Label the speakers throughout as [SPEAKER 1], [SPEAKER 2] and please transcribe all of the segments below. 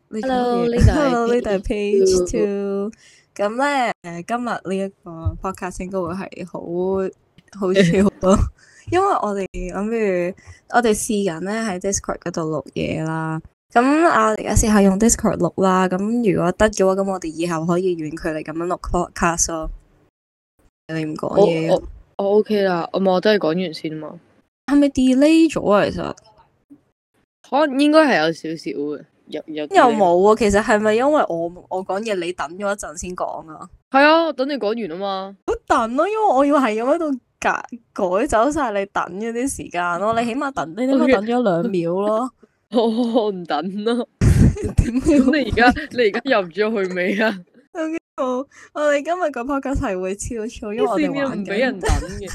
[SPEAKER 1] 你做乜嘢
[SPEAKER 2] Hello，呢度係
[SPEAKER 1] Hello，呢度係
[SPEAKER 2] Page
[SPEAKER 1] page two。咁咧，誒今日呢一個 podcast 應該會係好 好笑咯，因為我哋諗住我哋試緊咧喺 Discord 嗰度錄嘢啦。咁啊，我哋而家試下用 Discord 錄啦。咁如果得嘅話，咁我哋以後可以遠距離咁樣錄 podcast 咯。你唔講
[SPEAKER 2] 我
[SPEAKER 1] 嘢
[SPEAKER 2] 我我 OK 啦，我咪我都係講完先嘛，
[SPEAKER 1] 係咪 delay 咗啊？其實
[SPEAKER 2] 可能應該係有少少嘅，有有
[SPEAKER 1] 又冇啊。其實係咪因為我我講嘢，你等咗一陣先講啊？
[SPEAKER 2] 係啊，等你講完啊嘛，
[SPEAKER 1] 等咯，因為我要係咁喺度改改走晒你等嗰啲時間咯，
[SPEAKER 2] 嗯
[SPEAKER 1] 你起碼等你起碼等咗兩秒咯。
[SPEAKER 2] 我唔等啦。
[SPEAKER 1] 點
[SPEAKER 2] 咁
[SPEAKER 1] 要
[SPEAKER 2] 你而家你而家入咗去未啊？
[SPEAKER 1] 我我哋今日個 podcast 係會超燥，因為我哋
[SPEAKER 2] 線
[SPEAKER 1] 玩
[SPEAKER 2] 唔
[SPEAKER 1] 緊
[SPEAKER 2] 俾人等嘅，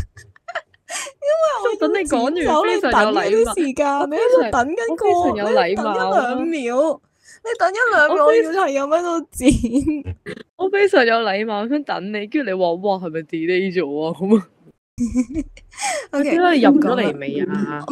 [SPEAKER 2] 等你講完
[SPEAKER 1] 剪走你
[SPEAKER 2] 非常
[SPEAKER 1] 等嗰
[SPEAKER 2] 有禮貌
[SPEAKER 1] 啲時間，你
[SPEAKER 2] 我非
[SPEAKER 1] 喺度
[SPEAKER 2] 常
[SPEAKER 1] 等緊
[SPEAKER 2] 我非常有
[SPEAKER 1] 個，你
[SPEAKER 2] 禮
[SPEAKER 1] 等
[SPEAKER 2] 貌
[SPEAKER 1] 咗
[SPEAKER 2] 啊
[SPEAKER 1] 兩秒，你等一兩秒，
[SPEAKER 2] 我
[SPEAKER 1] 我
[SPEAKER 2] 非
[SPEAKER 1] 要係咁喺度剪。
[SPEAKER 2] 我非常有禮貌想等你，跟住你話哇係咪 delay 咗 啊咁啊？
[SPEAKER 1] O
[SPEAKER 2] 點
[SPEAKER 1] K，
[SPEAKER 2] 解你入咗嚟未啊？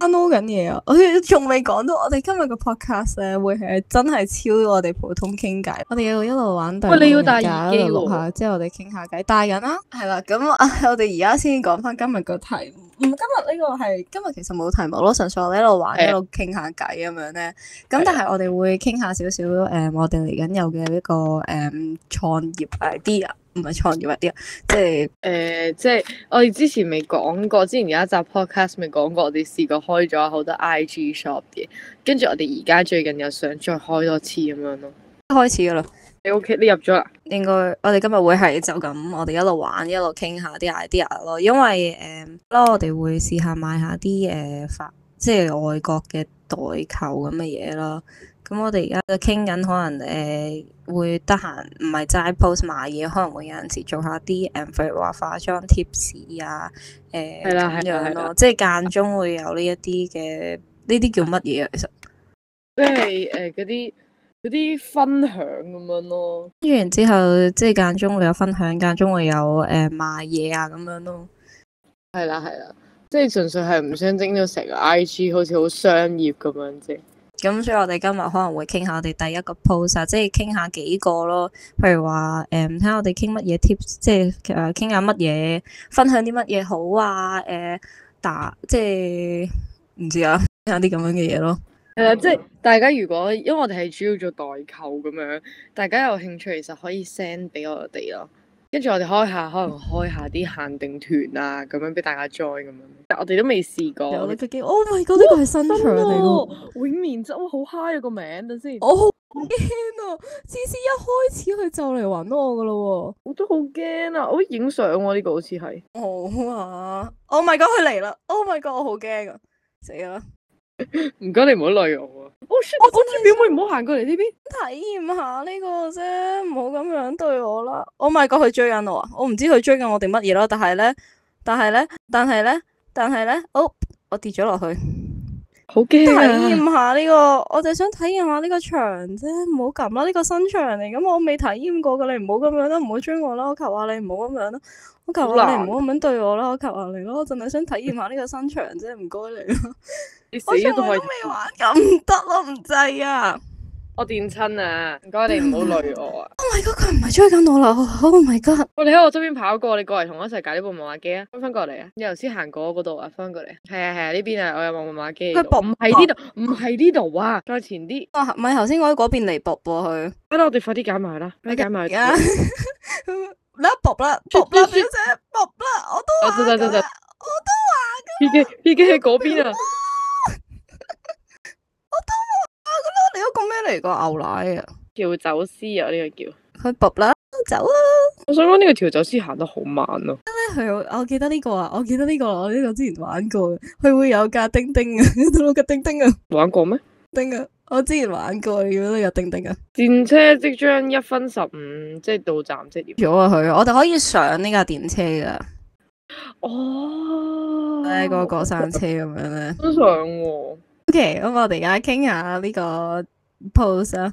[SPEAKER 1] download 緊嘢啊！我哋仲未講到，我哋今日個 podcast 咧會係真係超我哋普通傾偈。我哋要一路玩
[SPEAKER 2] 喂你要戴耳機
[SPEAKER 1] 一路錄
[SPEAKER 2] 喎
[SPEAKER 1] 下，之後我哋傾下偈，戴緊啦，係啦。咁 啊，我哋而家先講翻今日個題目。嗯唔，今日呢個係今日其實冇題目咯，純粹我哋一路玩
[SPEAKER 2] 係啊
[SPEAKER 1] 一路傾下偈咁樣咧。咁
[SPEAKER 2] 係啊
[SPEAKER 1] 但係我哋會傾下少少誒，嗯我哋嚟緊有嘅呢個誒創業 idea，唔係創業 idea，即係
[SPEAKER 2] 誒，呃即係我哋之前未講過，之前有一集 podcast 未講過，我哋試過開咗好多 IG shop 嘅，跟住我哋而家最近又想再開多次咁樣咯。
[SPEAKER 1] 開始噶啦。
[SPEAKER 2] 你 OK？你入咗啦？
[SPEAKER 1] 應該我哋今日會係就咁，我哋一路玩一路傾下啲 idea 咯，因為誒啦、我哋會試下買下啲誒法，即係外國嘅代購咁嘅嘢咯。咁我哋而家就傾緊，可能誒、呃、會得閒，唔係齋 post 買嘢，可能會有陣時做下啲誒，譬如話化妝 tips 啊，誒
[SPEAKER 2] 係啦
[SPEAKER 1] 咁
[SPEAKER 2] 係啦
[SPEAKER 1] 樣
[SPEAKER 2] 係
[SPEAKER 1] 咯
[SPEAKER 2] 啦，
[SPEAKER 1] 即係間中會有呢一啲嘅，呢啲叫乜嘢啊？其實。
[SPEAKER 2] 即係誒嗰啲嗰啲分享咁樣咯。
[SPEAKER 1] 跟住然之後，即係間中會有分享，間中會有誒、呃、賣嘢啊咁樣咯。
[SPEAKER 2] 係啦係啦，即係純粹係唔想整到成個 IG 好似好商業咁樣啫。
[SPEAKER 1] 咁所以我哋今日可能會傾下我哋第一個 post 啊，即係傾下幾個咯，譬如話誒，睇下我哋傾乜嘢 tips，即係誒傾下乜嘢，分享啲乜嘢好啊，誒、打即係唔知啊，傾下啲咁樣嘅嘢咯。
[SPEAKER 2] 係啊啦，即係大家如果因為我哋係主要做代購咁樣，大家有興趣其實可以 send 俾我哋咯。跟住我哋開下可能開下啲限定團啊，咁樣俾大家 join 咁樣。但我哋都未試過。
[SPEAKER 1] 有呢
[SPEAKER 2] 我
[SPEAKER 1] 個機，Oh my god！呢個係新場嚟
[SPEAKER 2] 喎
[SPEAKER 1] 㗎，，
[SPEAKER 2] 永綿質哇，啊好 high 啊個名，等先。
[SPEAKER 1] 我好驚啊！思思一開始佢就嚟揾我噶咯
[SPEAKER 2] 我都好驚啊！我影相喎，呢個好似係。
[SPEAKER 1] 喎。好啊！Oh my god！佢嚟啦！Oh my god！我好驚啊！死啦！
[SPEAKER 2] 唔該，你唔好累我啊！我 shit！
[SPEAKER 1] 我
[SPEAKER 2] 我
[SPEAKER 1] 真
[SPEAKER 2] 知表妹唔好行過嚟呢邊。
[SPEAKER 1] 體驗下呢個啫，唔好咁樣對我啦。Oh my god，佢追緊我啊！我唔知佢追緊我哋乜嘢咯，但係咧，但係咧，但係咧，但係咧，哦，我跌咗落去。
[SPEAKER 2] 好
[SPEAKER 1] 體
[SPEAKER 2] 驚啊！
[SPEAKER 1] 驗下呢個，我就想體驗下呢個場啫，唔好咁啦，呢個新場嚟，咁我未體驗過嘅，你唔好咁樣啦，唔好追我啦，我求下你唔好咁樣啦，我求下你唔好咁樣對我啦，我求下你咯，我淨係想體驗下呢個新場啫，唔該你咯，
[SPEAKER 2] 你死
[SPEAKER 1] 我從
[SPEAKER 2] 都
[SPEAKER 1] 來都
[SPEAKER 2] 可以。
[SPEAKER 1] 未玩，咁唔得咯，唔制啊！
[SPEAKER 2] 我電親啊！唔該，你唔好累我啊！
[SPEAKER 1] Oh my god，佢唔係追緊我啦，Oh my god！
[SPEAKER 2] 喂，你喺我側邊跑過，你過嚟同我一齊搞呢部漫畫機啊！翻翻過嚟啊！你頭先行過嗰度啊，翻過嚟。係啊係啊，呢邊啊，我有部漫畫機。
[SPEAKER 1] 佢搏
[SPEAKER 2] 唔係呢度，唔係呢度啊！再前啲，
[SPEAKER 1] 啊，唔係頭先我喺嗰邊嚟搏喎佢，
[SPEAKER 2] 得啦，我哋快啲搞埋啦，快啲搞埋
[SPEAKER 1] 而
[SPEAKER 2] 佢。
[SPEAKER 1] 家 啦搏啦搏啦表姐搏啦，我都
[SPEAKER 2] 啊
[SPEAKER 1] 話
[SPEAKER 2] 得得
[SPEAKER 1] 㗎
[SPEAKER 2] 得得
[SPEAKER 1] 啦，
[SPEAKER 2] P K P K 喺嗰邊啊！
[SPEAKER 1] 你嗰個咩嚟個牛奶啊？
[SPEAKER 2] 調酒師啊，呢個叫。
[SPEAKER 1] 佢搏啦走啊！
[SPEAKER 2] 我想講呢個調酒師行得好慢啊咯。
[SPEAKER 1] 佢我記得呢個啊，我記得呢個啊，我呢個之前玩過嘅，佢會有架叮叮啊， 到架叮叮啊
[SPEAKER 2] 玩過咩？
[SPEAKER 1] 叮啊，我之前玩過，你記得有叮叮啊？
[SPEAKER 2] 電車即將一分十五，即係到站即係點？
[SPEAKER 1] 咗啊佢，我哋可以上呢架電車噶，
[SPEAKER 2] 哦，
[SPEAKER 1] 咧嗰個過山車咁樣咧。
[SPEAKER 2] 通常喎。
[SPEAKER 1] OK，咁我哋而家傾下呢個 pose 啊。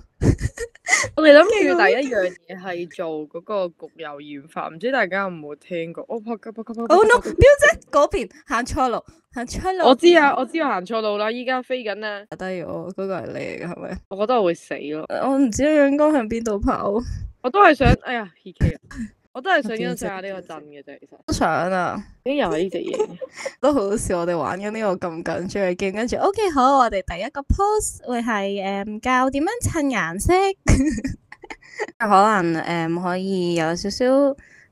[SPEAKER 2] 我哋諗住第一樣嘢係做嗰個焗油鹽飯，唔知大家有冇聽過？哦，
[SPEAKER 1] Oh no！表姐嗰邊行錯路，行錯路。
[SPEAKER 2] 我知啊，我知我行錯路啦，依家飛緊啦，
[SPEAKER 1] 低我嗰個係你嚟嘅係咪？
[SPEAKER 2] 我覺得我會死咯。
[SPEAKER 1] 我唔知應該向邊度跑。
[SPEAKER 2] 啊我都係想，哎呀 PK 啊！我都係想欣
[SPEAKER 1] 點
[SPEAKER 2] 賞
[SPEAKER 1] 啫
[SPEAKER 2] 下呢個陣嘅啫，其實
[SPEAKER 1] 都想啊，
[SPEAKER 2] 已經又係呢隻 嘢。
[SPEAKER 1] 都好笑。我哋玩緊呢個咁緊張嘅 game，跟住 OK 好，我哋第一個 pose 會係誒、教點樣襯顏色， 可能誒、可以有少少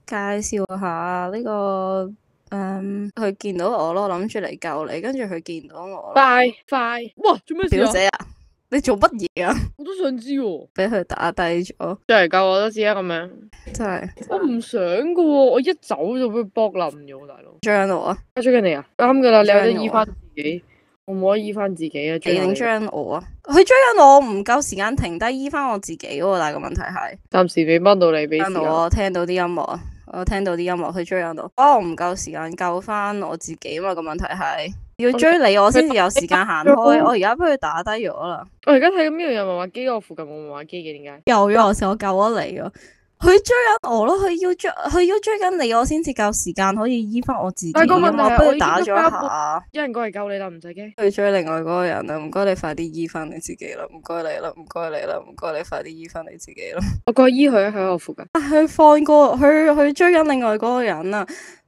[SPEAKER 1] 介紹下呢、個。誒，佢、見到我咯，諗住嚟救你，跟住佢見到我咯，
[SPEAKER 2] 快快！哇，做咩事
[SPEAKER 1] 表
[SPEAKER 2] 啊？
[SPEAKER 1] 姐啊，你做乜嘢啊？
[SPEAKER 2] 我都想知喎，
[SPEAKER 1] 俾佢打低咗，
[SPEAKER 2] 再嚟救我都知啊，咁樣。
[SPEAKER 1] 真係
[SPEAKER 2] 我唔想噶喎，我一走就俾佢搏冧咗，大佬。
[SPEAKER 1] 張我啊，
[SPEAKER 2] 啊，追緊你啊，啱噶啦，你有得
[SPEAKER 1] 追緊
[SPEAKER 2] 醫
[SPEAKER 1] 我啊
[SPEAKER 2] 翻自己，我唔可以醫翻自己啊，
[SPEAKER 1] 你
[SPEAKER 2] 追緊
[SPEAKER 1] 定
[SPEAKER 2] 你啊。
[SPEAKER 1] 張我啊？佢追緊我，唔夠時間停低醫翻我自己喎、但係個問題係。
[SPEAKER 2] 暫時未幫到你，俾時
[SPEAKER 1] 翻
[SPEAKER 2] 間
[SPEAKER 1] 到我聽到啲音樂啊，我聽到啲音樂去追緊到，哦，我唔夠時間救翻我自己嘛，個問題係要追你我先至有時間行開，我而家俾佢打低咗啦，
[SPEAKER 2] 我而家睇緊呢度有漫畫機，我附近冇漫畫機嘅，點解？
[SPEAKER 1] 又咗我時我救咗你啊！佢追緊我咯，佢要追，佢要追緊你，我先至夠時間可以醫翻我自己
[SPEAKER 2] 但係個
[SPEAKER 1] 㗎
[SPEAKER 2] 問題
[SPEAKER 1] 嘛。
[SPEAKER 2] 係
[SPEAKER 1] 我俾
[SPEAKER 2] 我已
[SPEAKER 1] 佢
[SPEAKER 2] 經
[SPEAKER 1] 打咗一
[SPEAKER 2] 都包
[SPEAKER 1] 下，
[SPEAKER 2] 有人過嚟救你啦，唔使驚。
[SPEAKER 1] 去追另外嗰個人啊啦。唔該，你快啲醫翻你自己啦。唔該你啦，唔該你啦，唔該你快啲醫翻你自己啦。
[SPEAKER 2] 我過去醫佢啊，佢喺我附近。
[SPEAKER 1] 佢放過佢，佢追緊另外嗰個人啊！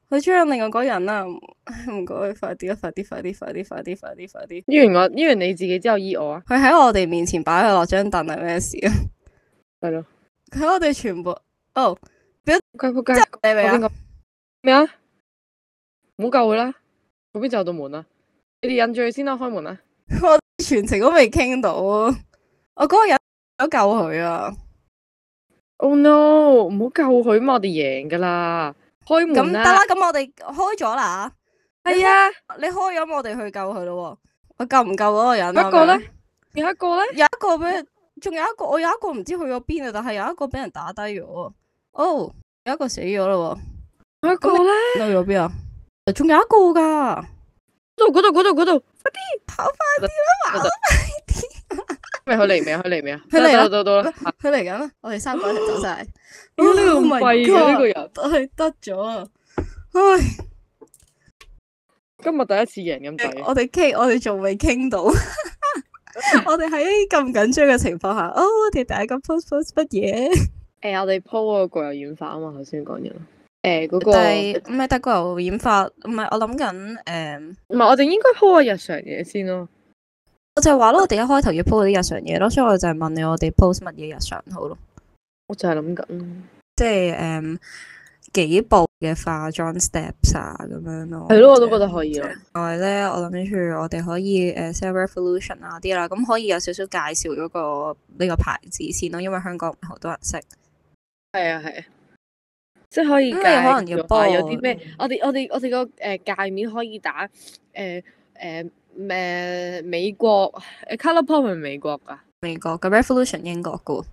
[SPEAKER 1] 佢追緊另外嗰個人啊！唔該，快啲啊！快啲！快啲！快啲！快啲！快啲！快啲！
[SPEAKER 2] 醫完我，醫完你自己之後醫我啊，
[SPEAKER 1] 佢喺我哋面前擺佢落張凳係咩事啊？
[SPEAKER 2] 係咯。
[SPEAKER 1] 佢喺我哋全部哦，
[SPEAKER 2] 仆街仆街，
[SPEAKER 1] 你
[SPEAKER 2] 嗰
[SPEAKER 1] 明
[SPEAKER 2] 邊
[SPEAKER 1] 啊？
[SPEAKER 2] 個咩啊？唔好救佢啦，嗰邊就有道門啦。啊你哋引住佢先啦，開門啊啦。
[SPEAKER 1] 我全程都未傾到啊！我嗰個人都救佢啊！
[SPEAKER 2] Oh no！唔好救佢嘛，我哋贏噶啦，開
[SPEAKER 1] 咁
[SPEAKER 2] 門
[SPEAKER 1] 得
[SPEAKER 2] 嗯啦
[SPEAKER 1] 啦。，咁我哋開咗啦
[SPEAKER 2] 係啊，
[SPEAKER 1] 你開咗我哋去救佢咯喎！我救唔救嗰個人啊？
[SPEAKER 2] 不過
[SPEAKER 1] 咁樣
[SPEAKER 2] 咧，有一個咧。
[SPEAKER 1] 有一個俾人，仲有一個，我有一個唔知去咗邊啊，但係有一個俾人打低咗喎。哦，有一個死咗咯
[SPEAKER 2] 有一個咧，
[SPEAKER 1] 喎，去咗邊啊？仲有一個噶，
[SPEAKER 2] 嗰度嗰度嗰度嗰度，
[SPEAKER 1] 跑
[SPEAKER 2] 快啲啦，跑 快啲！未佢嚟未啊？佢嚟未啊？
[SPEAKER 1] 佢嚟啦
[SPEAKER 2] 到到到啦！
[SPEAKER 1] 佢嚟緊啦，我哋三個一齊走 晒。
[SPEAKER 2] 屌哦呢個
[SPEAKER 1] Oh
[SPEAKER 2] 咁
[SPEAKER 1] my
[SPEAKER 2] 廢嘅呢個
[SPEAKER 1] God，
[SPEAKER 2] 人，
[SPEAKER 1] 係得咗啊！唉，
[SPEAKER 2] 今日第一次贏咁滯，
[SPEAKER 1] 我哋傾，我哋仲未傾 到。我哋喺咁緊張嘅情況下，哦，我哋第一個 post post 乜嘢？
[SPEAKER 2] 誒我哋 po 嗰個焗油染法啊嘛，頭先講咗啦。誒嗰個
[SPEAKER 1] 但係唔係德國油染法，唔係我諗緊誒。
[SPEAKER 2] 唔係我哋應該 po 個日常嘢先咯。
[SPEAKER 1] 我就係話咯，我哋一開頭要 po 嗰啲日常嘢咯，所以我就係問你我哋 post 乜嘢日常好咯，
[SPEAKER 2] 我就係諗緊，
[SPEAKER 1] 即係誒、嗯幾步嘅化妝 steps 啊咁樣咯。
[SPEAKER 2] 係咯，我都覺得可以咯。啊
[SPEAKER 1] 另外咧，我諗住我哋可以誒 s e l l revolution 啊啲啦，咁可以有少少介紹咗個呢個牌子先咯，因為香港唔係好多人識。
[SPEAKER 2] 係啊係啊，即係可以
[SPEAKER 1] 咁
[SPEAKER 2] 介
[SPEAKER 1] 你可能要
[SPEAKER 2] 紹下有
[SPEAKER 1] 幫
[SPEAKER 2] 啲咩？我哋我哋我哋個誒界面可以打誒誒誒美國誒 Color Pop 係咪美國㗎？
[SPEAKER 1] 美國嘅 revolution 英國嘅喎，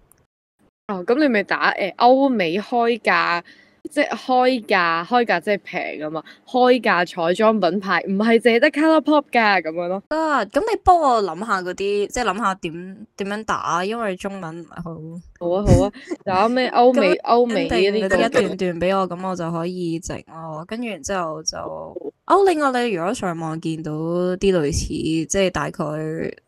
[SPEAKER 2] 哦，咁你咪打誒、歐美開價，即係開價，開價即係平啊嘛，開價彩妝品牌唔係淨係得 Colour Pop 㗎咁樣咯。
[SPEAKER 1] 得啊咁你幫我諗下嗰啲，即係諗下點點樣打，因為中文唔係好。
[SPEAKER 2] 好啊好啊，打咩歐美歐美呢
[SPEAKER 1] 你得
[SPEAKER 2] 個
[SPEAKER 1] 一段段俾我，咁我就可以整咯。跟住然之後就哦，另外你如果上網見到啲類似，即係大概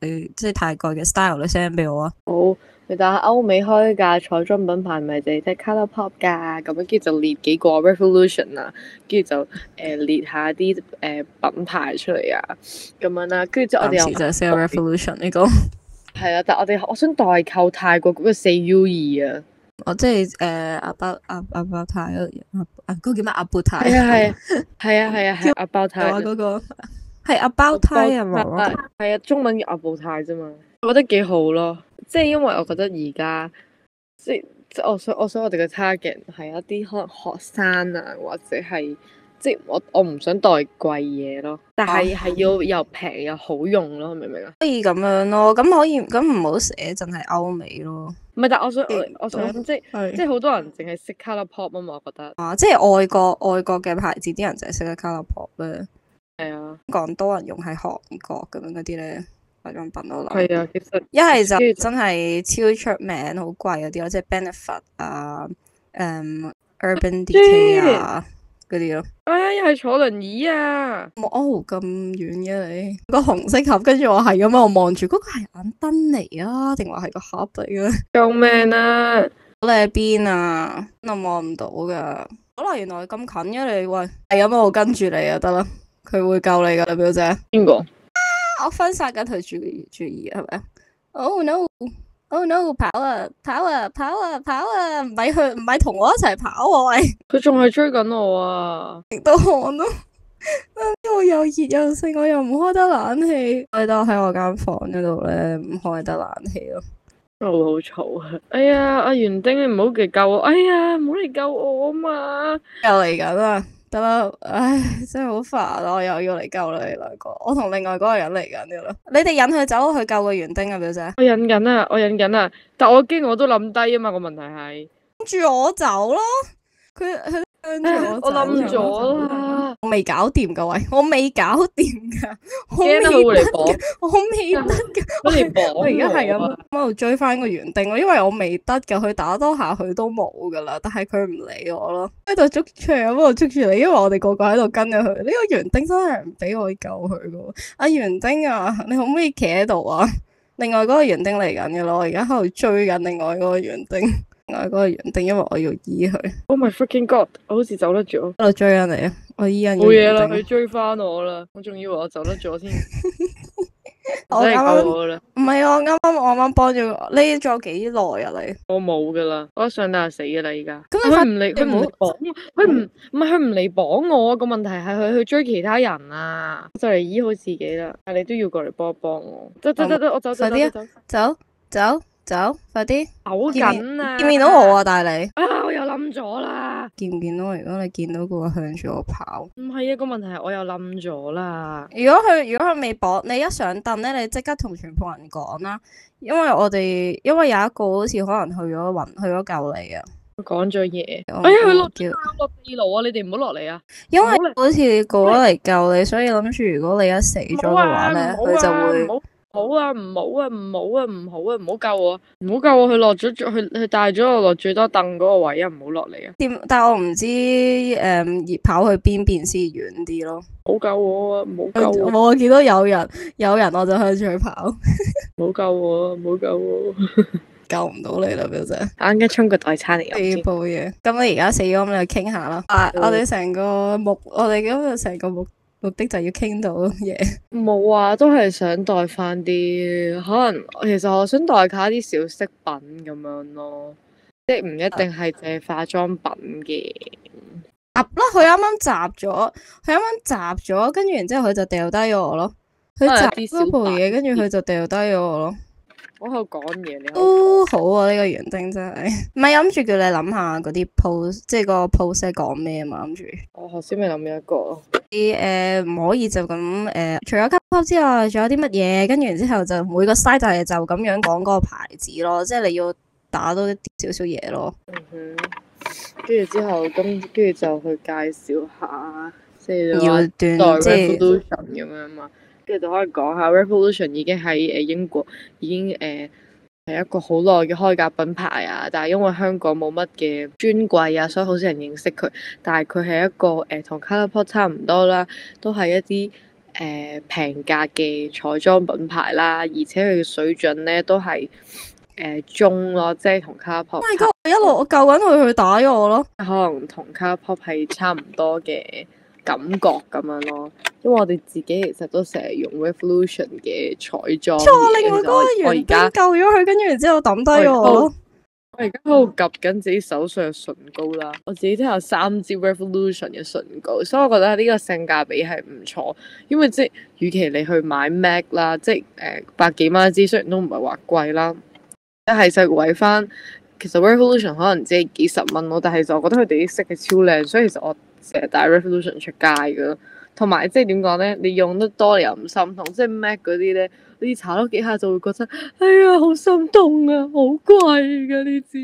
[SPEAKER 1] 你即係泰國嘅 style，你 send 俾我啊。
[SPEAKER 2] 好，你打歐美開價彩妝品牌唔係淨係得 Colour Pop 㗎，咁樣跟住就列幾個 Revolution 啊，跟住就誒、列下啲誒、品牌出嚟啊，咁樣啦，跟住之後我
[SPEAKER 1] 暫
[SPEAKER 2] 哋
[SPEAKER 1] 時
[SPEAKER 2] 又
[SPEAKER 1] 就 sell revolution 呢個，
[SPEAKER 2] 係啦，但我哋我想代購泰國嗰個四 U 二啊。
[SPEAKER 1] 我即係誒阿伯阿阿伯泰嗰個阿嗰個叫咩阿伯泰？
[SPEAKER 2] 係啊係啊係啊係啊係阿爆
[SPEAKER 1] 係 啊
[SPEAKER 2] 泰，
[SPEAKER 1] 嗰個係阿包泰啊嘛。
[SPEAKER 2] 係啊，中文叫阿布泰啫嘛，我覺得幾好咯。即係因為我覺得而家即即我想我想我哋嘅 target 係一啲可能學生啊，或者係即係我我唔想代貴嘢咯，但係係要又平又好用咯，明唔明啊？
[SPEAKER 1] 可以咁樣咯，咁可以咁唔好寫淨係歐美咯。
[SPEAKER 2] 唔係，但我想
[SPEAKER 1] 勁
[SPEAKER 2] 我我想即係
[SPEAKER 1] 係
[SPEAKER 2] 即係好多人淨係識 colour pop 啊嘛，我覺得
[SPEAKER 1] 啊，即係外國外國嘅牌子啲人就係識得 colour pop 咧。
[SPEAKER 2] 係啊。
[SPEAKER 1] 港多人用喺韓國咁樣嗰啲咧，化妝品我諗。
[SPEAKER 2] 係啊，其實
[SPEAKER 1] 一係就
[SPEAKER 2] 跟住
[SPEAKER 1] 真係超出名、好貴嗰啲咯，即係 Benefit 啊、誒 Urban Decay 啊嗰啲咯。
[SPEAKER 2] 哎呀，係坐輪椅啊！
[SPEAKER 1] 我哦咁遠嘅你個紅色盒，跟住我係咁樣，我望住嗰個係眼燈嚟啊，定話係個盒嚟嘅？
[SPEAKER 2] 救命啊！
[SPEAKER 1] 你喺邊啊？我望唔到噶。好啦，原來咁近嘅你，喂係咁，我跟住你啊，得啦，佢會救你噶，你表姐。
[SPEAKER 2] 邊個？
[SPEAKER 1] 我分散緊佢注意注意係咪？Oh no！Oh no！跑啊跑啊跑啊跑啊！唔係去唔係同我一齊跑啊喂！
[SPEAKER 2] 佢仲係追緊我啊！
[SPEAKER 1] 食到汗咯，呢度又熱又盛，我又唔開得冷氣，我都喺我間房嗰度咧，唔開得冷氣咯。
[SPEAKER 2] 我會好嘈啊！哎呀，阿園丁，你唔好嚟救我！哎呀，唔好嚟救我啊嘛！
[SPEAKER 1] 又嚟緊啦，得啦，唉，真係好煩啊！我又要嚟救你哋兩個，我同另外嗰個人嚟緊噶啦，你哋引佢走去救個園丁啊，表姐，
[SPEAKER 2] 我忍緊啊，我忍緊啊！但我驚我都諗低啊嘛，個問題係，
[SPEAKER 1] 跟住我走咯，佢佢跟住
[SPEAKER 2] 唉
[SPEAKER 1] 我
[SPEAKER 2] 我諗
[SPEAKER 1] 走
[SPEAKER 2] 咗，啦，
[SPEAKER 1] 我未搞掂噶喂，我未搞掂噶，我
[SPEAKER 2] 驚
[SPEAKER 1] 未
[SPEAKER 2] 佢會嚟
[SPEAKER 1] 得
[SPEAKER 2] 綁，
[SPEAKER 1] 我未得噶。
[SPEAKER 2] 佢嚟 綁
[SPEAKER 1] 我而家係
[SPEAKER 2] 我
[SPEAKER 1] 咁
[SPEAKER 2] 啊
[SPEAKER 1] 喺度追翻個原定咯，因為我未得噶，佢打多下佢都冇噶啦，但係佢唔理我咯，喺度捉住我，喺度捉住你，因為我哋個個喺度跟緊佢。呢、個園丁真係唔俾我救佢噶，阿、園丁啊，你可唔可以企喺度啊？另外嗰個園丁嚟緊噶啦，我而家喺度追緊另外嗰個園丁，另外嗰個園丁，因為我要醫佢，
[SPEAKER 2] ！Oh my freaking god！我好似走得咗，
[SPEAKER 1] 喺度追緊你啊，我醫緊個
[SPEAKER 2] 冇嘢啦，
[SPEAKER 1] 園丁
[SPEAKER 2] 佢。追翻我啦！我仲以為我走得咗添，
[SPEAKER 1] 我
[SPEAKER 2] 真
[SPEAKER 1] 啱
[SPEAKER 2] 係
[SPEAKER 1] 啱
[SPEAKER 2] 救我啦！
[SPEAKER 1] 唔係啊，我啱啱我啱啱幫咗個，匿咗幾耐啊你？
[SPEAKER 2] 我冇噶啦，我一上大就死噶啦！而家
[SPEAKER 1] 咁你快
[SPEAKER 2] 佢唔嚟，佢唔嚟綁，佢唔唔係佢唔嚟綁我。個問題係佢去追其他人啊！我就嚟醫好自己啦，但你都要過嚟幫一幫我。得得得得，我走走
[SPEAKER 1] 快
[SPEAKER 2] 走
[SPEAKER 1] 啲啊
[SPEAKER 2] 走走
[SPEAKER 1] 走走走，快啲！
[SPEAKER 2] 走緊啊！
[SPEAKER 1] 見唔見到我啊，大你？
[SPEAKER 2] 啊！我又冧咗啦，
[SPEAKER 1] 見唔見到我？如果你見到佢向住我跑，
[SPEAKER 2] 唔係啊，個問題係我又冧咗啦。
[SPEAKER 1] 如果佢如果佢未綁你一上凳咧，你即刻同全部人講啦，因為我哋因為有一個好似可能去咗雲去咗救你啊，
[SPEAKER 2] 我講咗嘢，
[SPEAKER 1] 我
[SPEAKER 2] 哎呀佢落
[SPEAKER 1] 我叫
[SPEAKER 2] 落地牢啊！你哋唔好落嚟啊！
[SPEAKER 1] 因為
[SPEAKER 2] 唔好嚟
[SPEAKER 1] 好似過咗嚟救你，所以諗住如果你一死咗嘅
[SPEAKER 2] 唔好
[SPEAKER 1] 話
[SPEAKER 2] 啊！
[SPEAKER 1] 咧，
[SPEAKER 2] 唔好
[SPEAKER 1] 佢就
[SPEAKER 2] 啊！
[SPEAKER 1] 會
[SPEAKER 2] 唔好好啊！唔好啊！唔好啊！唔好啊！唔好救我！唔好救我！佢落咗最，佢佢帶咗我落最多凳嗰個位啊！唔好落嚟啊！
[SPEAKER 1] 點？但我唔知誒、嗯跑去邊邊先遠啲咯。
[SPEAKER 2] 唔好救我啊！唔好救我！
[SPEAKER 1] 我見到有人有人我就向住佢跑，
[SPEAKER 2] 唔好救我啊！唔好救我！
[SPEAKER 1] 救唔到你啦，表姐。
[SPEAKER 2] 啱啱衝個代餐嚟
[SPEAKER 1] 四部嘢。咁你而家死咗，咁你就傾下啦。啊，
[SPEAKER 2] 嗯
[SPEAKER 1] 我哋成個目，我哋今日成個目目的就要傾到嘢。
[SPEAKER 2] 冇啊，都係想代翻啲，可能其實我想代下啲小飾品咁樣咯，即係唔一定係淨係化妝品嘅。
[SPEAKER 1] 夾啦，佢啱啱閘咗，佢啱啱閘咗，跟住然之後佢就掉低咗我咯。佢
[SPEAKER 2] 啊
[SPEAKER 1] 閘嗰部嘢，跟住佢就掉低咗我咯。
[SPEAKER 2] 我喺度講嘢，你喺度
[SPEAKER 1] 都好啊，呢、個園丁真係。唔係諗住叫你諗下嗰啲 pose，即係個 pose 係講咩啊嘛，諗住。
[SPEAKER 2] 我頭先咪諗咗一個咯，
[SPEAKER 1] 啲誒呃唔可以就咁誒、呃除咗 cup 之外，仲有啲乜嘢？跟住然之後就每個 side 就係就咁樣講嗰個牌子咯，即係你要打多一啲少少嘢咯。
[SPEAKER 2] 嗯哼，跟住之後咁，跟住就去介紹下，即係
[SPEAKER 1] 要
[SPEAKER 2] 你話
[SPEAKER 1] 斷
[SPEAKER 2] 代
[SPEAKER 1] 即係
[SPEAKER 2] revolution 咁樣嘛，跟住就可以講下 revolution 已經喺誒英國已經誒係、一個好耐嘅開價品牌啊，但係因為香港冇乜嘅專櫃啊，所以好少人認識佢。但係佢係一個誒同 Colour Pop 差唔多啦，都係一啲誒平價嘅彩妝品牌啦，而且佢嘅水準咧都係誒、中咯，即係同 Colour Pop
[SPEAKER 1] ，Oh my god！我一路我救緊佢，佢打咗我 咯。
[SPEAKER 2] 可能同 Colour Pop 係差唔多嘅感覺咁樣咯，因為我哋自己其實都成日用 Revolution 嘅彩妝嘢。
[SPEAKER 1] 錯，另外嗰個
[SPEAKER 2] 其實我我
[SPEAKER 1] 園
[SPEAKER 2] 而
[SPEAKER 1] 丁
[SPEAKER 2] 家
[SPEAKER 1] 救咗佢，跟住然之後抌低咗我咯。
[SPEAKER 2] 我而家喺度夾緊自己手上嘅唇膏啦，我自己都有三支 Revolution 嘅唇膏，所以我覺得呢個性價比係唔錯，因為即係與其你去買 MAC 啦，即係誒、呃百幾蚊一支，雖然都唔係話貴啦，但係就位翻其實 Revolution 可能只係幾十蚊咯，但係就我覺得佢哋啲色係超靚，所以其實我成日帶 Revolution 出街噶，同埋即係點講咧，你用得多你又唔心痛，即係 MAC 嗰啲咧，你搽多幾下就會覺得。哎呀，好心痛啊，好貴噶呢支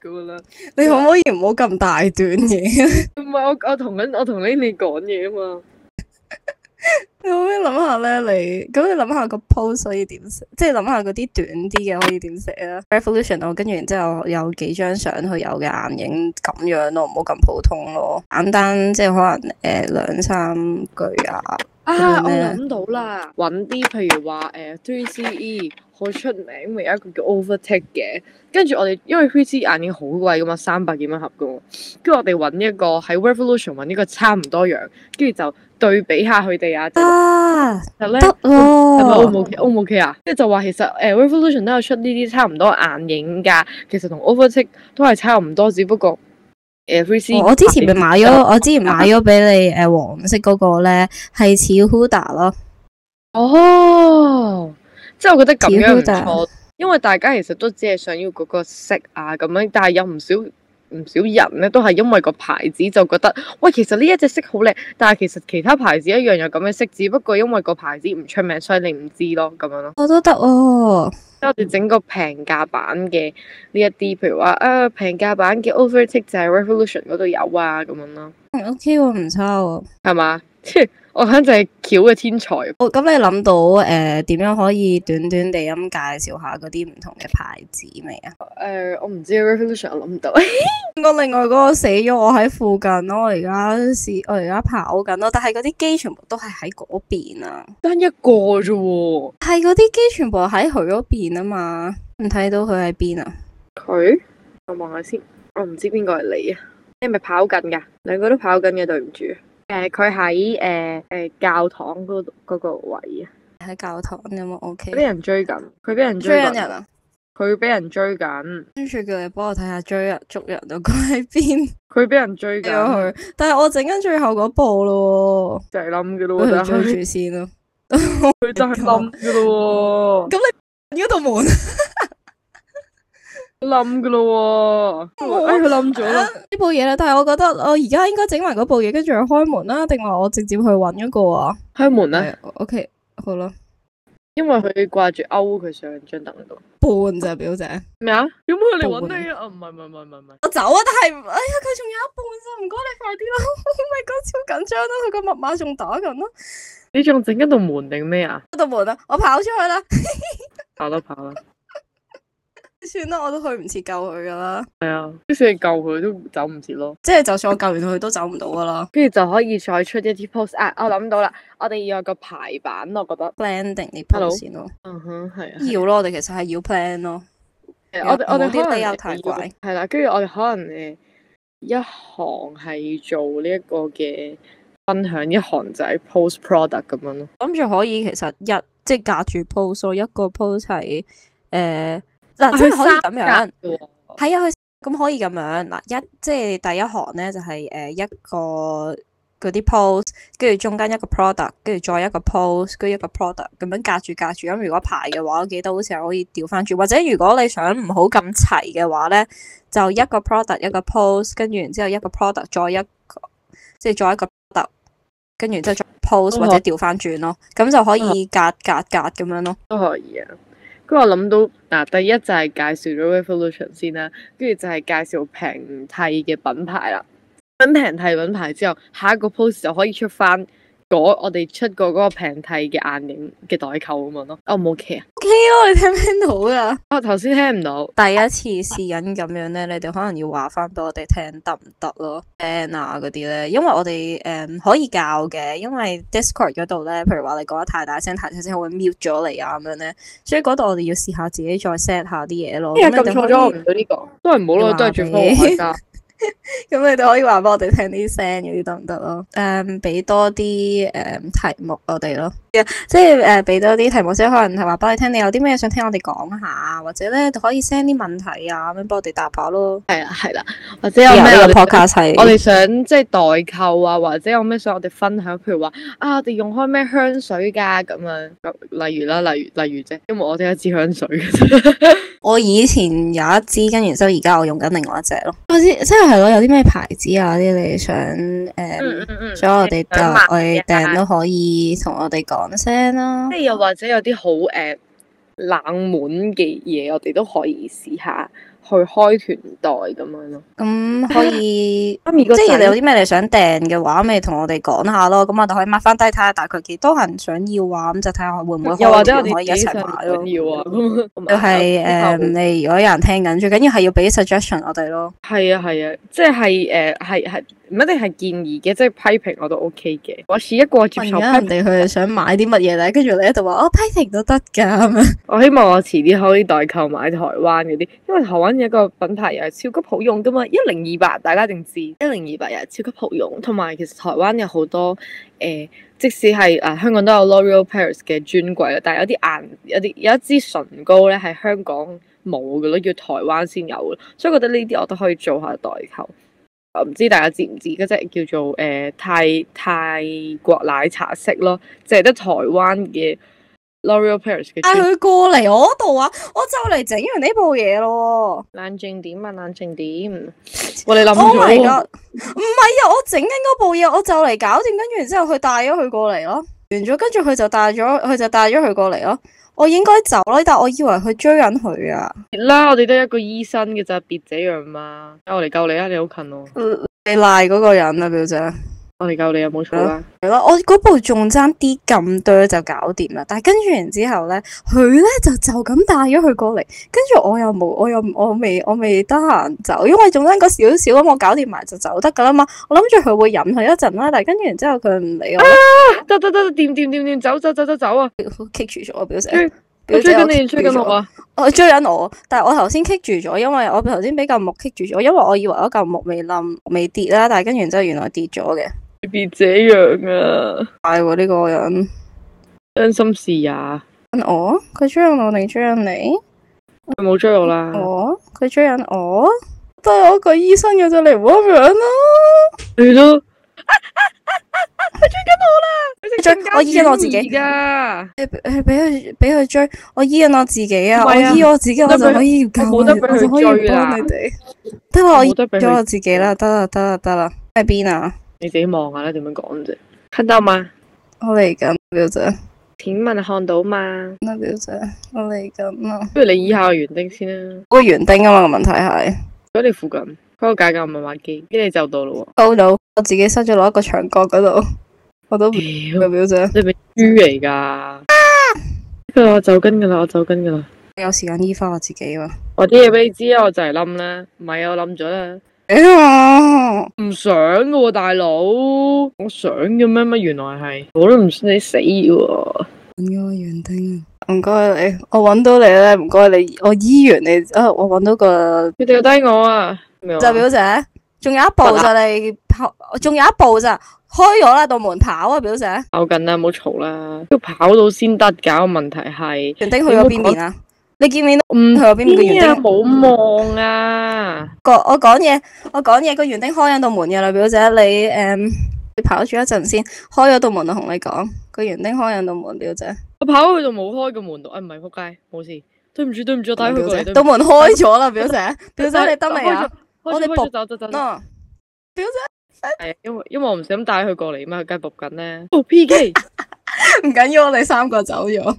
[SPEAKER 2] 咁樣啦。
[SPEAKER 1] 你可唔可以唔好咁大段嘢？
[SPEAKER 2] 啊唔係我我同緊我同 Lily 講嘢啊嘛，
[SPEAKER 1] 你可唔可以諗下咧？你咁你諗下個 post 可以點寫？即係諗下嗰啲短啲嘅可以點寫啊？Revolution 我跟住然之後有幾張相佢有嘅眼影咁樣咯，唔好咁普通咯，簡單即係可能誒兩三句啊。
[SPEAKER 2] 啊！
[SPEAKER 1] 咁
[SPEAKER 2] 我
[SPEAKER 1] 樣咧
[SPEAKER 2] 諗到啦，揾啲譬如話誒 Three CE 好出名，咪有一個叫 Overtake 嘅。跟住我哋因為 Three CE 眼影好貴噶嘛，三百幾蚊盒噶嘛。跟住我哋揾一個喺 Revolution 揾一個差唔多樣，跟住就對比下佢哋啊。就
[SPEAKER 1] 啊，
[SPEAKER 2] 咧
[SPEAKER 1] 得
[SPEAKER 2] 係咪
[SPEAKER 1] 咯
[SPEAKER 2] O 唔 O K O 唔 O K 啊？跟住就話其實誒、呃 Revolution 都有出呢啲差唔多眼影㗎，其實同 Overtake 都係差唔多，只不過呃誒 Three CE
[SPEAKER 1] 哦我之前咪買咗，我之前買咗俾你誒黃色嗰個咧，係似 Huda 咯。
[SPEAKER 2] 哦，即係我覺得咁樣唔
[SPEAKER 1] Cute
[SPEAKER 2] 錯，因為大家其實都只係想要嗰個色啊咁樣，但係有唔少唔少人咧都係因為個牌子就覺得，喂，其實呢一隻色好靚，但係其實其他牌子一樣有咁嘅色，只不過因為個牌子唔出名，所以你唔知咯咁樣咯。
[SPEAKER 1] 我都得哦，
[SPEAKER 2] 即係我哋整個平價版嘅呢一啲，譬如話啊平價版嘅 Overtake 就係 Revolution 嗰度有啊咁樣咯，
[SPEAKER 1] 嗯 OK 喎，唔差喎。
[SPEAKER 2] 係嘛？ 即係我肯就係巧嘅天才。
[SPEAKER 1] 哦，咁你諗到誒點、樣可以短短地咁介紹下嗰啲唔同嘅牌子未啊？
[SPEAKER 2] 誒、我唔知啊 Revolution 我諗唔到。
[SPEAKER 1] 我另外嗰個死咗，我喺附近咯，我而家試，我而家跑緊咯，但係嗰啲機全部都係喺嗰邊啊，
[SPEAKER 2] 得一個啫喎。
[SPEAKER 1] 係嗰啲機全部喺佢嗰邊啊嘛，唔睇到佢喺邊啊？
[SPEAKER 2] 佢？我望下先，我唔知邊個係你啊？你係咪跑緊㗎？兩個都跑緊嘅，對唔住。誒、佢喺誒誒教堂嗰度嗰個位啊，
[SPEAKER 1] 喺教堂有冇？OK，
[SPEAKER 2] 佢俾人追緊，佢俾人追
[SPEAKER 1] 追緊
[SPEAKER 2] 緊
[SPEAKER 1] 人，啊！
[SPEAKER 2] 佢俾人追緊，
[SPEAKER 1] 跟住叫你幫我睇下追人捉人到佢喺邊，
[SPEAKER 2] 佢俾人追
[SPEAKER 1] 追
[SPEAKER 2] 緊，
[SPEAKER 1] 咗哎佢。但係我整緊最後嗰步咯
[SPEAKER 2] 就係冧嘅
[SPEAKER 1] 喎，
[SPEAKER 2] 咯
[SPEAKER 1] 俾
[SPEAKER 2] 喎，
[SPEAKER 1] 佢
[SPEAKER 2] 就係
[SPEAKER 1] 追住先咯。
[SPEAKER 2] 佢就係冧嘅咯
[SPEAKER 1] 嗰道門
[SPEAKER 2] 喎，冧嘅咯喎，哎佢冧咗啦，
[SPEAKER 1] 呢部嘢啦，但係我覺得我而家應該整埋嗰部嘢，跟住去開門啦，定話我直接去揾嗰個啊？
[SPEAKER 2] 開門啦，
[SPEAKER 1] 係 OK，好啦，
[SPEAKER 2] 因為佢掛住勾佢上張凳度。
[SPEAKER 1] 半咋表姐。
[SPEAKER 2] 咩啊？有冇人嚟
[SPEAKER 1] 半
[SPEAKER 2] 揾你啊？啊唔係唔係唔係唔係唔係。
[SPEAKER 1] 我走啊，但係哎呀，佢仲有一半咋，唔該你快啲 啦！Oh my god，超緊張啦，佢個密碼仲打緊啦，
[SPEAKER 2] 你仲整緊道門定咩啊？
[SPEAKER 1] 嗰道門啊，我跑出去啦，
[SPEAKER 2] 跑啦跑啦，
[SPEAKER 1] 算啦，我都去唔切救佢噶啦，
[SPEAKER 2] 係啊，即使你救佢都走唔切咯。
[SPEAKER 1] 即係就算我救完佢都走唔到噶啦。
[SPEAKER 2] 跟住就可以再出一啲 post 啊！我諗到啦，我哋要有個排版，我覺得。
[SPEAKER 1] plan 定呢
[SPEAKER 2] Hello？
[SPEAKER 1] 鋪先咯，
[SPEAKER 2] 嗯哼，係啊。
[SPEAKER 1] 要咯，我哋其實係要 plan 咯，
[SPEAKER 2] 誒
[SPEAKER 1] 有
[SPEAKER 2] 我哋我
[SPEAKER 1] 冇
[SPEAKER 2] 哋
[SPEAKER 1] 啲
[SPEAKER 2] 可能呃
[SPEAKER 1] layout 太
[SPEAKER 2] 要
[SPEAKER 1] 怪
[SPEAKER 2] 係啦，跟住我哋可能誒一行係做呢一個嘅分享，一行就係 post product 咁樣咯。
[SPEAKER 1] 諗住可以其實一即係隔住 post 咯一個 post 係誒嗱，
[SPEAKER 2] 但
[SPEAKER 1] 即
[SPEAKER 2] 啊佢
[SPEAKER 1] 係可以咁樣。
[SPEAKER 2] 格嘅喎
[SPEAKER 1] 係啊，佢咁可以咁樣嗱，一即係第一行咧就係、诶一個嗰啲 post，跟住中間一個 product，跟住再一個 post，跟住一個 product 咁樣隔住隔住。咁如果排嘅話，我記得好似係可以調翻轉，或者如果你想唔好咁齊嘅話咧，就一個 product 一個 post，跟住然之後一個 product 再一個，即係再一個 product，跟住然之後再 post
[SPEAKER 2] 都
[SPEAKER 1] 或
[SPEAKER 2] 可
[SPEAKER 1] 者調翻轉咯，咁就可以隔隔隔咁樣咯。
[SPEAKER 2] 都可以啊。跟住我諗到嗱，第一就係介紹咗 Revolution 先啦，跟住就係介紹平替嘅品牌啦。咁平替品牌之後，下一個 post 就可以出翻嗰我哋出過嗰個平替嘅眼影嘅代購咁樣咯。O 唔 OK 啊？
[SPEAKER 1] OK 咯，哎你聽唔聽到啊㗎？
[SPEAKER 2] 我頭先聽唔到，
[SPEAKER 1] 第一次試緊咁樣咧，你哋可能要話翻俾我哋聽得唔得咯 b a n 啊嗰啲咧，因為我哋誒、嗯可以教嘅，因為 Discord 嗰度咧，譬如話你講得太大聲、太細聲，佢會 mute 咗你啊咁樣咧，所以嗰度我哋要試下自己再 set 下啲嘢咯。
[SPEAKER 2] 呢
[SPEAKER 1] 哎咁
[SPEAKER 2] 個撳
[SPEAKER 1] 你哋
[SPEAKER 2] 錯
[SPEAKER 1] 可
[SPEAKER 2] 咗，我
[SPEAKER 1] 以
[SPEAKER 2] 唔到呢個，都係唔好
[SPEAKER 1] 你
[SPEAKER 2] 咯，
[SPEAKER 1] 話
[SPEAKER 2] 都係最方我㗎。
[SPEAKER 1] 咁你哋可以話俾我哋聽啲聲嗰啲得唔得咯？誒、俾多啲誒、題目我哋咯，即係誒俾多啲題目，即係可能係話俾你聽，你有啲咩想聽我哋講下，或者咧就可以 send 啲問題啊咁樣幫我哋答下咯。
[SPEAKER 2] 係啦，係啦，或者有咩
[SPEAKER 1] 有啊
[SPEAKER 2] 我
[SPEAKER 1] 呢
[SPEAKER 2] 哋
[SPEAKER 1] 個 podcast 係
[SPEAKER 2] 我哋想即係代購啊，或者有咩想我哋分享，譬如話啊，我哋用開咩香水㗎咁樣，咁例如啦，例如例如啫，因為我哋一支香水嘅啫，
[SPEAKER 1] 我以前有一支，跟住然之後而家我用緊另外一隻咯。我知，即係係咯，有啲咩牌子啊啲你想誒，
[SPEAKER 2] 嗯嗯嗯
[SPEAKER 1] 想我哋
[SPEAKER 2] 想
[SPEAKER 1] 訂
[SPEAKER 2] 買
[SPEAKER 1] 我哋
[SPEAKER 2] 嘅
[SPEAKER 1] 訂都可以同我哋講聲啦
[SPEAKER 2] 即。係又或者有啲好誒冷門嘅嘢，我哋都可以試下去開團代咁樣咯。
[SPEAKER 1] 咁可以，
[SPEAKER 2] 啊
[SPEAKER 3] 媽咪
[SPEAKER 1] 即
[SPEAKER 3] 個
[SPEAKER 1] 係你有
[SPEAKER 3] 仔
[SPEAKER 1] 啲咩你想訂嘅話，咪同我哋講下咯。咁我哋可以 mark 翻低睇下大概幾多人想要啊，咁就睇下會唔會
[SPEAKER 2] 嗯又或
[SPEAKER 1] 開
[SPEAKER 2] 者我
[SPEAKER 1] 團
[SPEAKER 2] 哋
[SPEAKER 1] 可以一
[SPEAKER 2] 自己
[SPEAKER 1] 齊
[SPEAKER 2] 想要
[SPEAKER 1] 買咯。
[SPEAKER 2] 啊，咁啊
[SPEAKER 1] 就係誒，你如果有人聽緊，最緊要係要俾 suggestion 我哋咯。
[SPEAKER 2] 係啊係啊，即係誒係係唔一定係建議嘅，即係批評我都 OK 嘅。我是一個接
[SPEAKER 1] 問
[SPEAKER 2] 受批
[SPEAKER 1] 咗人
[SPEAKER 2] 評，
[SPEAKER 1] 哋佢哋想買啲乜嘢咧，跟住你喺度話哦批評都得㗎咁樣。
[SPEAKER 2] 我希望我遲啲可以代購買台灣嗰啲，因為台灣有一個品牌又係超級好用噶嘛，一零二八大家一定知，一零二八又係超級好用，同埋其實台灣有好多誒、呃即使係啊香港都有 L'Oreal Paris 嘅專櫃啦，但係有啲顏有啲有一支唇膏咧係香港冇嘅咯，要台灣先有嘅，所以覺得呢啲我都可以做下代購。我唔知大家知唔知嗰隻叫做誒、呃泰泰國奶茶色咯，就係得台灣嘅 L'Oreal Paris 嘅專
[SPEAKER 1] 但
[SPEAKER 2] 櫃
[SPEAKER 1] 係。佢過嚟我度啊，我就嚟整完呢部嘢咯。
[SPEAKER 2] 冷靜點啊，冷靜點。我哋諗
[SPEAKER 1] Oh my
[SPEAKER 2] 咗
[SPEAKER 1] god！唔係啊，我整緊嗰部嘢，我就嚟搞掂，跟住然之後佢帶咗佢過嚟咯，完咗跟住佢就帶咗，佢就帶咗佢過嚟咯。我應該走咯，但我以為佢追緊佢啊。
[SPEAKER 2] 啦，我哋得一個醫生嘅咋，別這樣嘛。啊我嚟救你啊，你好近我，
[SPEAKER 1] 你賴嗰個人啊，表姐。
[SPEAKER 2] 我嚟救你啊，冇錯啦。
[SPEAKER 1] 係咯，我嗰部仲爭啲咁多就搞掂啦，但係跟住然之後咧，佢咧就就咁帶咗佢過嚟，跟住我又冇，我又我未我未得閒走，因為仲爭嗰少少咁，我搞掂埋就走得噶啦嘛。我諗住佢會忍佢一陣啦，但係跟住然之後佢唔理我，
[SPEAKER 2] 得得得，掂掂掂掂，走走走走走啊！
[SPEAKER 1] 我棘住咗我表姐
[SPEAKER 2] 追，
[SPEAKER 1] 表
[SPEAKER 2] 佢
[SPEAKER 1] 姐
[SPEAKER 2] 追緊
[SPEAKER 1] 我
[SPEAKER 2] 你，
[SPEAKER 1] 棘
[SPEAKER 2] 追
[SPEAKER 1] 住
[SPEAKER 2] 緊
[SPEAKER 1] 咗
[SPEAKER 2] 我啊！
[SPEAKER 1] 我追緊我，但係我頭先棘住咗，因為我頭先俾嚿木棘住咗，因為我以為嗰嚿木未冧未跌啦，但係跟住然之後原來跌咗嘅，
[SPEAKER 2] 別這樣啊，
[SPEAKER 1] 係喎呢個人，
[SPEAKER 2] 真心事啊呀，
[SPEAKER 1] 跟我佢追緊我定追緊你？
[SPEAKER 2] 佢冇追我啦。
[SPEAKER 1] 我佢追緊我，都係我一個醫生嘅啫，你唔好咁樣啦。
[SPEAKER 2] 你都佢
[SPEAKER 1] 追
[SPEAKER 2] 追緊我啦，佢
[SPEAKER 1] 我醫緊我自己
[SPEAKER 2] 噶，
[SPEAKER 1] 誒俾佢俾佢追，我醫緊我自己啊！
[SPEAKER 2] 唔
[SPEAKER 1] 我
[SPEAKER 2] 係啊
[SPEAKER 1] 醫我自己，我就可以救
[SPEAKER 2] 我冇
[SPEAKER 1] 你，
[SPEAKER 2] 得俾佢
[SPEAKER 1] 我就可以
[SPEAKER 2] 追啦
[SPEAKER 1] 幫你哋。得啦，我醫
[SPEAKER 2] 冇得俾佢
[SPEAKER 1] 咗我自己啦，得啦，得啦，得啦。喺邊啊？
[SPEAKER 2] 你自己望下啦，點樣講啫？看到嗎？
[SPEAKER 1] 我嚟緊，表姐，
[SPEAKER 2] 請問看到嗎？
[SPEAKER 1] 啊表姐，我嚟緊啊！
[SPEAKER 2] 不如你醫下個園丁先啦。
[SPEAKER 1] 個園丁啊嘛，個問題係
[SPEAKER 2] 喺你附近，嗰個價格唔係買機，跟住就到咯
[SPEAKER 1] 高佬，我自己塞咗落一個牆角嗰度，我都唔明
[SPEAKER 2] 喎。
[SPEAKER 1] 啊表姐。
[SPEAKER 2] 你咪豬嚟噶！佢話我走緊噶啦，我走緊噶啦。
[SPEAKER 1] 我有時間醫翻我自己嘛？
[SPEAKER 2] 我啲嘢俾你知啊，我就嚟冧啦。唔係啊，我冧咗啦。唔想噶喎、大佬。我想嘅咩？乜原來係我都唔信你死喎、
[SPEAKER 1] 揾嗰個園丁啊！唔該你，我揾到你咧，唔該你，我醫完你啊！我揾到個
[SPEAKER 2] 你掉低我啊！咩話
[SPEAKER 1] 就表姐，仲有一步就你跑，仲有一步咋，開咗啦道門跑啊，表姐！
[SPEAKER 2] 跑緊啦，唔好嘈啦。要跑到先得㗎。個問題係
[SPEAKER 1] 園丁去咗邊邊啊？你見唔見到
[SPEAKER 2] 唔
[SPEAKER 1] 去咗邊邊個
[SPEAKER 2] 知
[SPEAKER 1] 園
[SPEAKER 2] 啊，
[SPEAKER 1] 丁？
[SPEAKER 2] 冇望啊。
[SPEAKER 1] 個我講嘢，我講嘢，個園丁開緊道門嘅啦，表姐你誒、你跑住一陣先，開咗道門我同你講，個園丁開緊道門，表姐，
[SPEAKER 2] 我跑去到冇開個門度，啊唔係仆街，冇事。對唔住對唔住，我帶佢
[SPEAKER 1] 表
[SPEAKER 2] 過
[SPEAKER 1] 姐
[SPEAKER 2] 嚟。對唔
[SPEAKER 1] 道
[SPEAKER 2] 住
[SPEAKER 1] 門開咗啦，表姐，表姐你得未
[SPEAKER 2] 開
[SPEAKER 1] 啊
[SPEAKER 2] 咗？開咗
[SPEAKER 1] 我哋
[SPEAKER 2] 開
[SPEAKER 1] 仆
[SPEAKER 2] 咗走走走。走
[SPEAKER 1] 嗱，
[SPEAKER 2] 係啊，因為因為我唔想帶佢過嚟嘛，佢梗係仆緊咧。哦 P K，唔
[SPEAKER 1] 唔緊要，我哋三個走咗。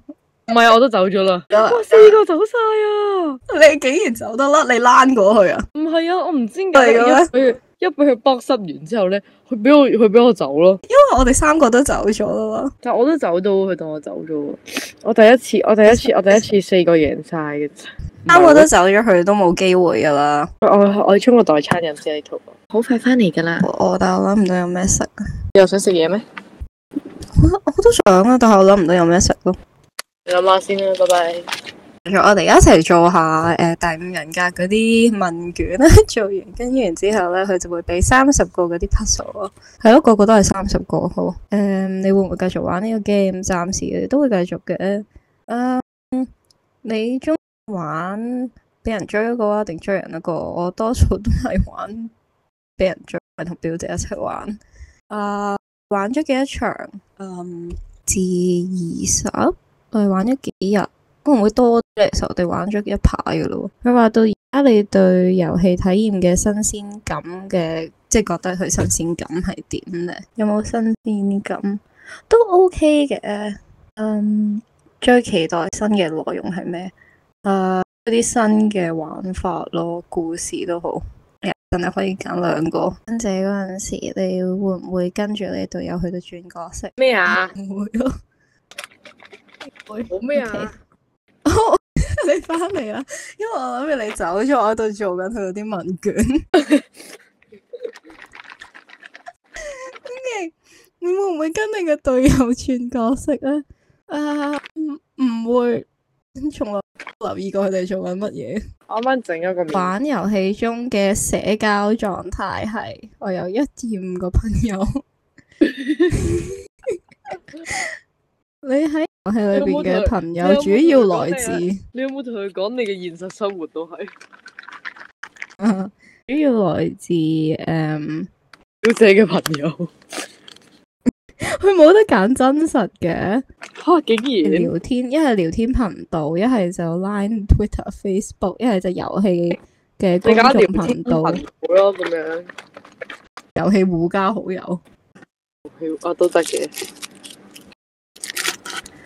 [SPEAKER 2] 係啊我都走咗 啦。
[SPEAKER 1] 哇
[SPEAKER 2] 哇，四個走晒啊！
[SPEAKER 1] 你竟然走得甩，你躝過去啊？
[SPEAKER 2] 唔係啊，我唔知點解
[SPEAKER 1] 係嘅
[SPEAKER 2] 一俾佢一俾佢搏濕完之後咧，佢俾我佢俾我走咯。
[SPEAKER 1] 因為我哋三個都走咗啦嘛。
[SPEAKER 2] 但我都走到，佢當我走咗喎。我第一次，我第一次，我第一次四個贏晒嘅。
[SPEAKER 1] 三個都走咗，佢都冇機會噶啦。
[SPEAKER 2] 我我我沖個代餐飲先呢套。好快翻嚟㗎啦！
[SPEAKER 1] 我但我諗唔到有咩食，
[SPEAKER 2] 你又想食嘢咩？
[SPEAKER 1] 我我都想啊，但係我諗唔到有咩食咯。
[SPEAKER 2] 你諗下先啦，拜拜。
[SPEAKER 1] 其實我哋一齊做下誒、呃第五人格嗰啲問卷啦， 做完跟住然之後咧，佢就會俾三十個嗰啲 puzzle 咯。係咯，個個都係三十個好。誒、你會唔會繼續玩呢個 game？暫時都會繼續嘅。誒、你中意玩俾人追嗰個啊，定追人嗰個？我多數都係玩俾人追，咪同表姐一齊玩。啊、玩咗幾多場？嗯，至二十。我哋玩咗幾日？會唔會多啲呢？其實我哋玩咗一排噶咯喎。佢話到而家你對遊戲體驗嘅新鮮感嘅，即係覺得佢新鮮感係點呢？有冇新鮮感？都 OK 嘅。嗯，最期待新嘅內容係咩？誒、嗰啲新嘅玩法咯，故事都好，誒真係可以揀兩個。跟住嗰陣時，你會唔會跟住你隊友去到轉角色？
[SPEAKER 2] 咩啊？
[SPEAKER 1] 唔會 咯，會
[SPEAKER 2] 好咩啊
[SPEAKER 1] 嗯 OK 你翻嚟啦，因為我諗住你走咗，我喺度做緊佢嗰啲問卷。跟住你會唔會跟你嘅隊友轉角色咧？啊，唔唔會，從來冇留意過佢哋做緊乜嘢。
[SPEAKER 2] 我啱啱整咗個面
[SPEAKER 1] 玩遊戲中嘅社交狀態係，我有一至五個朋 友。你喺遊戲裏邊嘅朋友主要來自
[SPEAKER 2] 你有冇同佢講你你有冇同佢講你嘅現實生活都係？
[SPEAKER 1] 啊 主要來自诶，嗯
[SPEAKER 2] 小姐嘅朋友
[SPEAKER 1] 佢冇得揀真實嘅
[SPEAKER 2] 嚇，竟然
[SPEAKER 1] 聊天，一係聊天頻道，一係就 Line、Twitter、Facebook，一係就遊戲嘅
[SPEAKER 2] 你
[SPEAKER 1] 公眾
[SPEAKER 2] 搞聊天
[SPEAKER 1] 頻
[SPEAKER 2] 頻道
[SPEAKER 1] 道、
[SPEAKER 2] 咯咁樣，
[SPEAKER 1] 遊戲互加好友。
[SPEAKER 2] 啊都得嘅。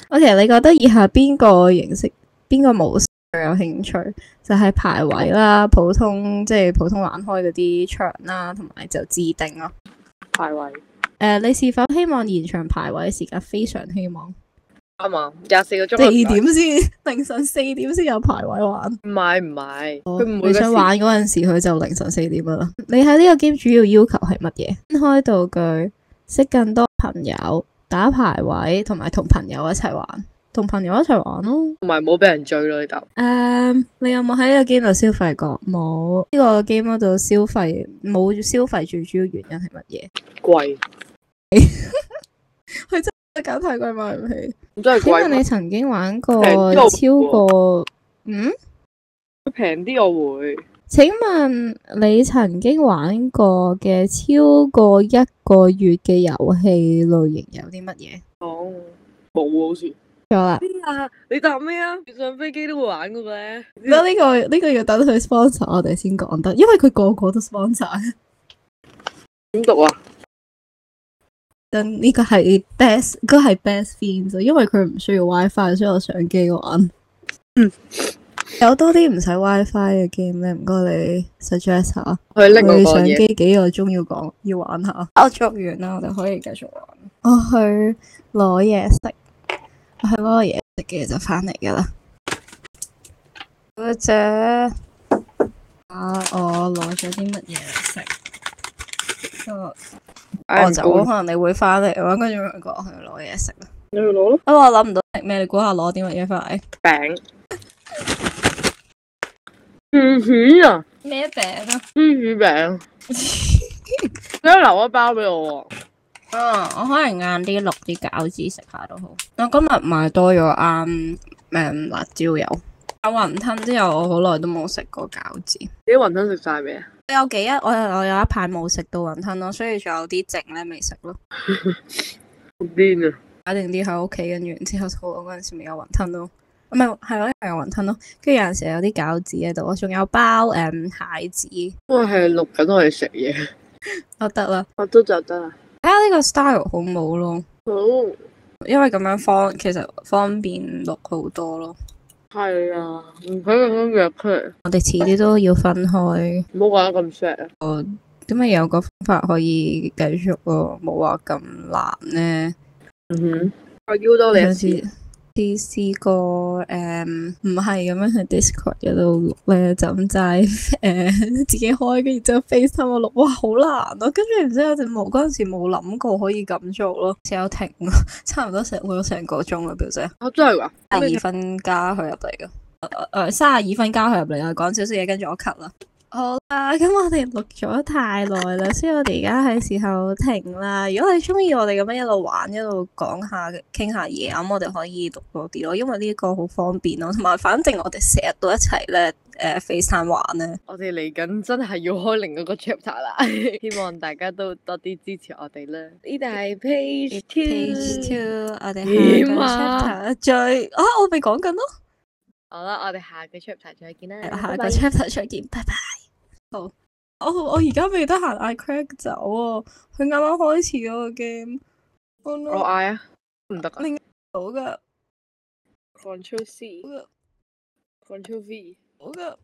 [SPEAKER 1] OK，你覺得以下邊個形式、邊個模式最有興趣？就係、排位啦，普通即係普通玩開嗰啲場啦，同埋就置定咯。
[SPEAKER 2] 排位
[SPEAKER 1] 誒、你是否希望延長排位時間？非常希望。
[SPEAKER 2] 啱啊，廿四個鐘
[SPEAKER 1] 四點先，凌晨四點先有排位玩。
[SPEAKER 2] 唔係唔係，
[SPEAKER 1] 哦
[SPEAKER 2] 佢唔會
[SPEAKER 1] 你
[SPEAKER 2] 嘅
[SPEAKER 1] 想
[SPEAKER 2] 事
[SPEAKER 1] 玩嗰陣時，佢就凌晨四點噶啦。你喺呢個 game 主要要求係乜嘢？分開道具，識更多朋友，打排位，同埋同朋友一齊玩，同朋友一齊玩咯。
[SPEAKER 2] 同埋冇俾人追咯呢度。
[SPEAKER 1] 誒嗯你有冇喺呢個 game 度消費過？冇。呢個 game 嗰度消費冇消費，最主要原因係乜嘢？
[SPEAKER 2] 貴，
[SPEAKER 1] 揀太貴買唔起。
[SPEAKER 2] 真係
[SPEAKER 1] 請問
[SPEAKER 2] 貴
[SPEAKER 1] 你
[SPEAKER 2] 嘛。
[SPEAKER 1] 曾經玩過
[SPEAKER 2] 平啲我
[SPEAKER 1] 超過嗯？
[SPEAKER 2] 佢平啲我會，
[SPEAKER 1] 請問你曾經玩過嘅超過一個月嘅遊戲類型有啲乜嘢？
[SPEAKER 2] 哦冇好似。
[SPEAKER 1] 咗啦，
[SPEAKER 2] 咩啊？你答咩啊？上飛機都會玩嘅咩？
[SPEAKER 1] 嗱呢個呢個要等佢 sponsor 我哋先講得，因為佢個個都 sponsor。
[SPEAKER 2] 點讀啊？
[SPEAKER 1] 等呢個係 best，嗰個係 best friend 因為佢唔需要 WiFi，所以我相機玩。
[SPEAKER 2] 嗯，
[SPEAKER 1] 有多啲唔使 WiFi 嘅 game 咧，唔該你 suggest 下。
[SPEAKER 2] 佢拎
[SPEAKER 1] 佢
[SPEAKER 2] 嗰個
[SPEAKER 1] 相
[SPEAKER 2] 嘢，
[SPEAKER 1] 機幾個鐘要講，要玩下。我做完啦，我哋可以繼續玩。我去攞嘢食，我去攞嘢食嘅就翻嚟噶啦。或者啊，我攞咗啲乜嘢嚟食？我我
[SPEAKER 2] 唉
[SPEAKER 1] 走，
[SPEAKER 2] 唔
[SPEAKER 1] 可能你會翻嚟咯。跟住佢講去攞嘢食啊啦。
[SPEAKER 2] 你去攞咯。
[SPEAKER 1] 不過我諗唔到食咩，你估下攞啲乜嘢翻嚟？
[SPEAKER 2] 餅。魚魚啊，
[SPEAKER 1] 咩餅啊？
[SPEAKER 2] 魚魚餅，你都留一包俾我喎。
[SPEAKER 1] 啊，我可能晏啲落啲餃子食下都好。我今日買多咗啱誒辣椒油，有雲吞之後，我好耐都冇食過餃子。
[SPEAKER 2] 你啲雲吞食晒未啊？
[SPEAKER 1] 我有幾日我有我有一排冇食到雲吞咯，所以仲有啲剩咧未食咯。
[SPEAKER 2] 好癲啊！
[SPEAKER 1] 買定啲喺屋企，跟住然之後肚餓嗰陣時咪有雲吞咯。唔係係咯，又有雲吞咯。跟住有陣時有啲餃子喺度，我仲有包誒、蟹子，
[SPEAKER 2] 我係錄緊我哋食嘢，
[SPEAKER 1] 我得啦。
[SPEAKER 2] 我都就得啦。
[SPEAKER 1] 睇下呢個 style 好冇咯，
[SPEAKER 2] 好，
[SPEAKER 1] 因為咁樣方其實方便錄好多咯。
[SPEAKER 2] 係啊，唔使咁樣約佢，
[SPEAKER 1] 我哋遲啲都要分開。
[SPEAKER 2] 唔好玩得咁 sad 啊！
[SPEAKER 1] 咁咪有個方法可以繼續咯，冇話咁難咧。
[SPEAKER 2] 嗯哼，我邀多你一
[SPEAKER 1] 上次
[SPEAKER 2] 次。
[SPEAKER 1] 啲試過誒，唔係咁樣喺 Discord 嗰度錄咧，就咁齋誒 自己開，跟住之後 FaceTime 我錄，哇好難咯、跟住唔知我哋冇嗰陣時冇諗過可以咁做咯，只有停咯，差唔多成錄咗成個鐘啦，表姐。
[SPEAKER 2] 啊，真係噶？
[SPEAKER 1] 三
[SPEAKER 2] 咩
[SPEAKER 1] 二分加佢入嚟嘅，誒呃三廿二分加佢入嚟啦，講少少嘢，跟住我 cut 啦。好啦，咁我哋錄咗太耐啦，所以我哋而家係時候停啦。如果你中意我哋咁樣一路玩一路講下傾下嘢，咁我哋可以錄多啲咯，因為呢個好方便咯，同埋反正我哋成日都一齊咧，誒、FaceTime 玩啊咧。
[SPEAKER 2] 我哋嚟緊真係要開另一個 chapter 啦， 希望大家都多啲支持我哋啦。呢度係 page
[SPEAKER 1] Page
[SPEAKER 2] two，
[SPEAKER 1] two，我哋
[SPEAKER 2] 點
[SPEAKER 1] 下
[SPEAKER 2] 啊
[SPEAKER 1] 個 chapter 最啊，我咪講緊咯，
[SPEAKER 2] 好啦，我哋下個 chapter 再見啦，
[SPEAKER 1] 下
[SPEAKER 2] 拜
[SPEAKER 1] 個
[SPEAKER 2] 拜
[SPEAKER 1] chapter 再見，拜拜。好，我我而家未得閒嗌 Craig 走啊，佢啱啱開哦
[SPEAKER 2] 哦啊
[SPEAKER 1] 始嗰個 game，我
[SPEAKER 2] 我嗌啊，唔得啊。
[SPEAKER 1] 好噶。
[SPEAKER 2] Control C，Control V。
[SPEAKER 1] 好嘅，